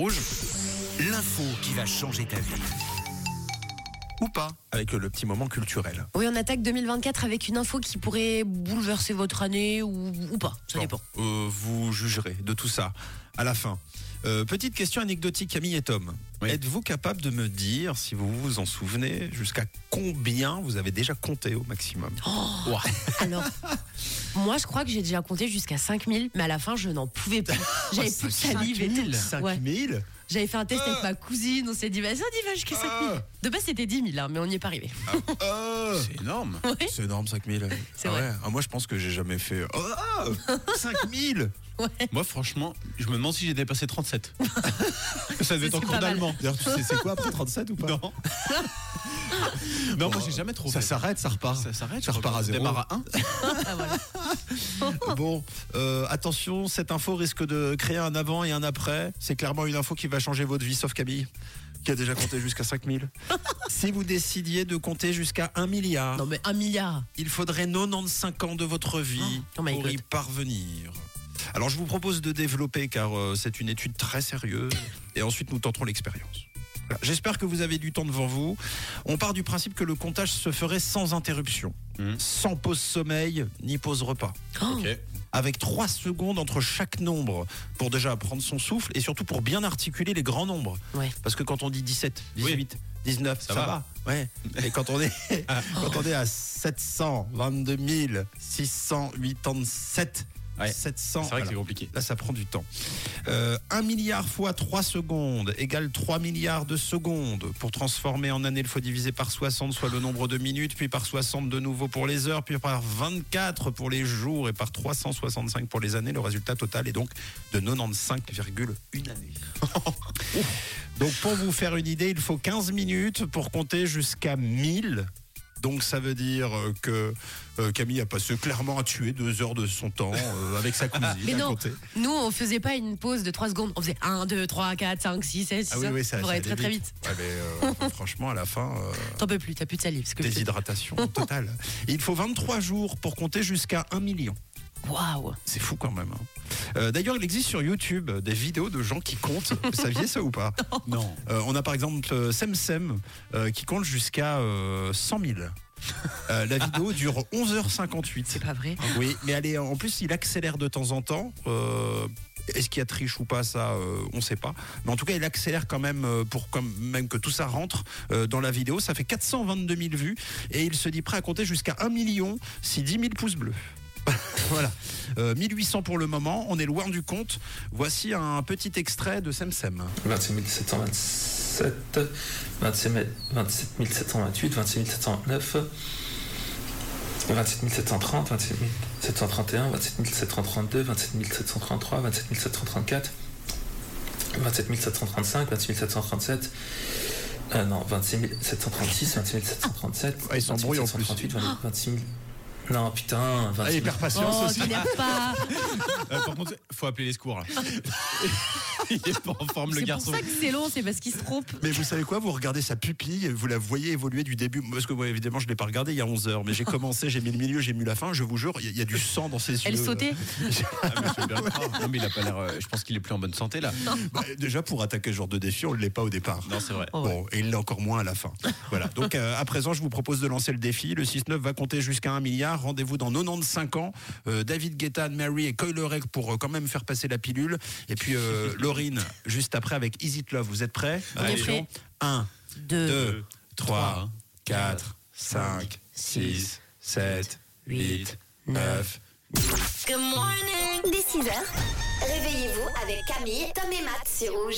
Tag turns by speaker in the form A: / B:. A: Rouge. L'info qui va changer ta vie. Ou pas, avec euh, le petit moment culturel.
B: Oui, on attaque 2024 avec une info qui pourrait bouleverser votre année ou, ou pas, ça
A: Bon,
B: dépend.
A: euh, vous jugerez de tout ça à la fin. Euh, petite question anecdotique, Camille et Tom.
C: Oui.
A: Êtes-vous capable de me dire, si vous vous en souvenez, jusqu'à combien vous avez déjà compté au maximum
B: Oh, Alors, moi, je crois que j'ai déjà compté jusqu'à 5000, mais à la fin, je n'en pouvais plus. J'avais plus de salive et tout. Ouais.
A: 5000
B: J'avais fait un test
A: Ah.
B: avec ma cousine, on s'est dit, vas-y, on y va jusqu'à 5000. De base, c'était 10 000, hein, mais on n'y est pas arrivé.
C: C'est énorme.
B: Ouais.
A: Euh, C'est énorme, 5000.
B: C'est vrai.
A: Ah, moi, je pense que j'ai jamais fait. Ah 5000
C: Moi, franchement, je me demande si j'ai dépassé 37. ça devait
B: C'est
C: être en
B: pas
C: cours
B: mal.
C: d'allemand.
A: D'ailleurs, tu sais, c'est quoi après 37 ou pas
C: Non. non, moi,
A: Bon,
C: j'ai jamais trop.
A: Ça
C: fait.
A: s'arrête, ça repart.
C: Ça s'arrête,
A: Ça
C: je
A: repart
C: crois
A: à
C: qu'on
A: zéro.
C: démarre à 1.
B: Ah, voilà.
A: Bon, euh, attention, cette info risque de créer un avant et un après. C'est clairement une info qui va changer votre vie, sauf Camille, qui a déjà compté jusqu'à 5000. si vous décidiez de compter jusqu'à 1 milliard,
B: Non, mais un milliard.
A: il faudrait 95 ans de votre vie
B: Oh, oh my
A: pour y
B: God.
A: parvenir. Alors je vous propose de développer car euh, c'est une étude très sérieuse et ensuite nous tenterons l'expérience. Voilà. J'espère que vous avez du temps devant vous. On part du principe que le comptage se ferait sans interruption,
C: Mhm.
A: sans pause sommeil ni pause repas
B: Oh,
A: avec 3 secondes entre chaque nombre pour déjà prendre son souffle et surtout pour bien articuler les grands nombres.
B: Ouais.
A: Parce que quand on dit 17,
C: Oui.
A: 18, 19, ça,
C: Ça
A: va.
C: va. Ah.
A: Ouais. Et quand on est, quand on est à 722 687,
C: Ouais.
A: 700,
C: C'est vrai que
A: voilà.
C: c'est compliqué.
A: Là, ça prend du temps. Euh, 1 milliard fois 3 secondes égale 3 milliards de secondes. Pour transformer en année, il faut diviser par 60, soit le nombre de minutes, puis par 60 de nouveau pour les heures, puis par 24 pour les jours et par 365 pour les années. Le résultat total est donc de 95,1 année. donc, pour vous faire une idée, il faut 15 minutes pour compter jusqu'à 1000. Donc ça veut dire euh, que euh, Camille a passé clairement à tuer deux heures de son temps euh, avec sa cousine.
B: Mais
A: à
B: non,
A: compter.
B: nous, on faisait pas une pause de 3 secondes. On faisait 1, 2, 3, 4, 5, 6, 7, 6.
A: Ah oui, oui, ça, ça allait
B: très, très vite.
A: Ouais, mais, euh, franchement, à la fin, euh,
B: T'en peux plus, t'as plus de salive. c'est ce que je te dis.
A: déshydratation totale. Et il faut 23 jours pour compter jusqu'à 1 million.
B: Waouh.
A: C'est fou quand même. hein. Euh, D'ailleurs, il existe sur YouTube des vidéos de gens qui comptent. Vous saviez ça ou pas
C: Non.
A: Euh, On a par exemple euh, Sem Sem euh, qui compte jusqu'à euh, 100 000. Euh, la vidéo dure 11h58.
B: C'est pas vrai.
A: Oui, mais allez, en plus, il accélère de temps en temps. Euh, Est-ce qu'il y a triche ou pas, ça, euh, on ne sait pas. Mais en tout cas, il accélère quand même euh, pour quand même que tout ça rentre euh, dans la vidéo. Ça fait 422 000 vues et il se dit prêt à compter jusqu'à 1 million si 10 000 pouces bleus. voilà. Euh, 1800 pour le moment, on est loin du compte. Voici un petit extrait de Sem Sem.
D: 26 727, 27 728, 26 729, 27 730, 27 731, 27 732, 27 733, 27 734, 27 735, 27 737, euh, non, 26 736, 27 737,
A: Ah, ils s'embrouillent en plus. Ah,
D: 738, 26 000 non, putain, 26 000.
A: patience
B: Oh, t'énerve pas.
C: Euh, par contre, faut appeler les secours là. Il est pas en forme le
B: C'est pour
C: garçon.
B: ça que c'est long, c'est parce qu'il se trompe.
A: Mais vous savez quoi Vous regardez sa pupille, vous la voyez évoluer du début. Parce que moi, évidemment, je ne l'ai pas regardée il y a 11 heures. Mais j'ai commencé, j'ai mis le milieu, j'ai mis la fin. Je vous jure, il y a- il y, a du sang dans ses yeux.
B: Elle sautait.
C: Ah, mais je veux bien le croire. Non, mais il a pas l'air. euh, je pense qu'il est plus en bonne santé là.
A: Bah, déjà, pour attaquer ce genre de défi, on ne l'est pas au départ.
C: Non, c'est vrai.
B: Oh, ouais.
A: Bon, et il l'est encore moins à la fin. Voilà. Donc, euh, à présent, je vous propose de lancer le défi. Le 6-9 va compter jusqu'à 1 milliard. Rendez-vous dans 95 ans. Euh, David Guetta, Mary et Coilerec pour euh, quand même faire passer la pilule. Et puis, euh, Laurine, juste après avec Easy Love. Vous êtes prêts
B: On est prêts.
A: 1,
B: Deux.
A: 2, 3, 4, 5, 6, 7, 8, 9.
E: Dès 6h, réveillez-vous avec Camille, Tom et Matt sur Rouge.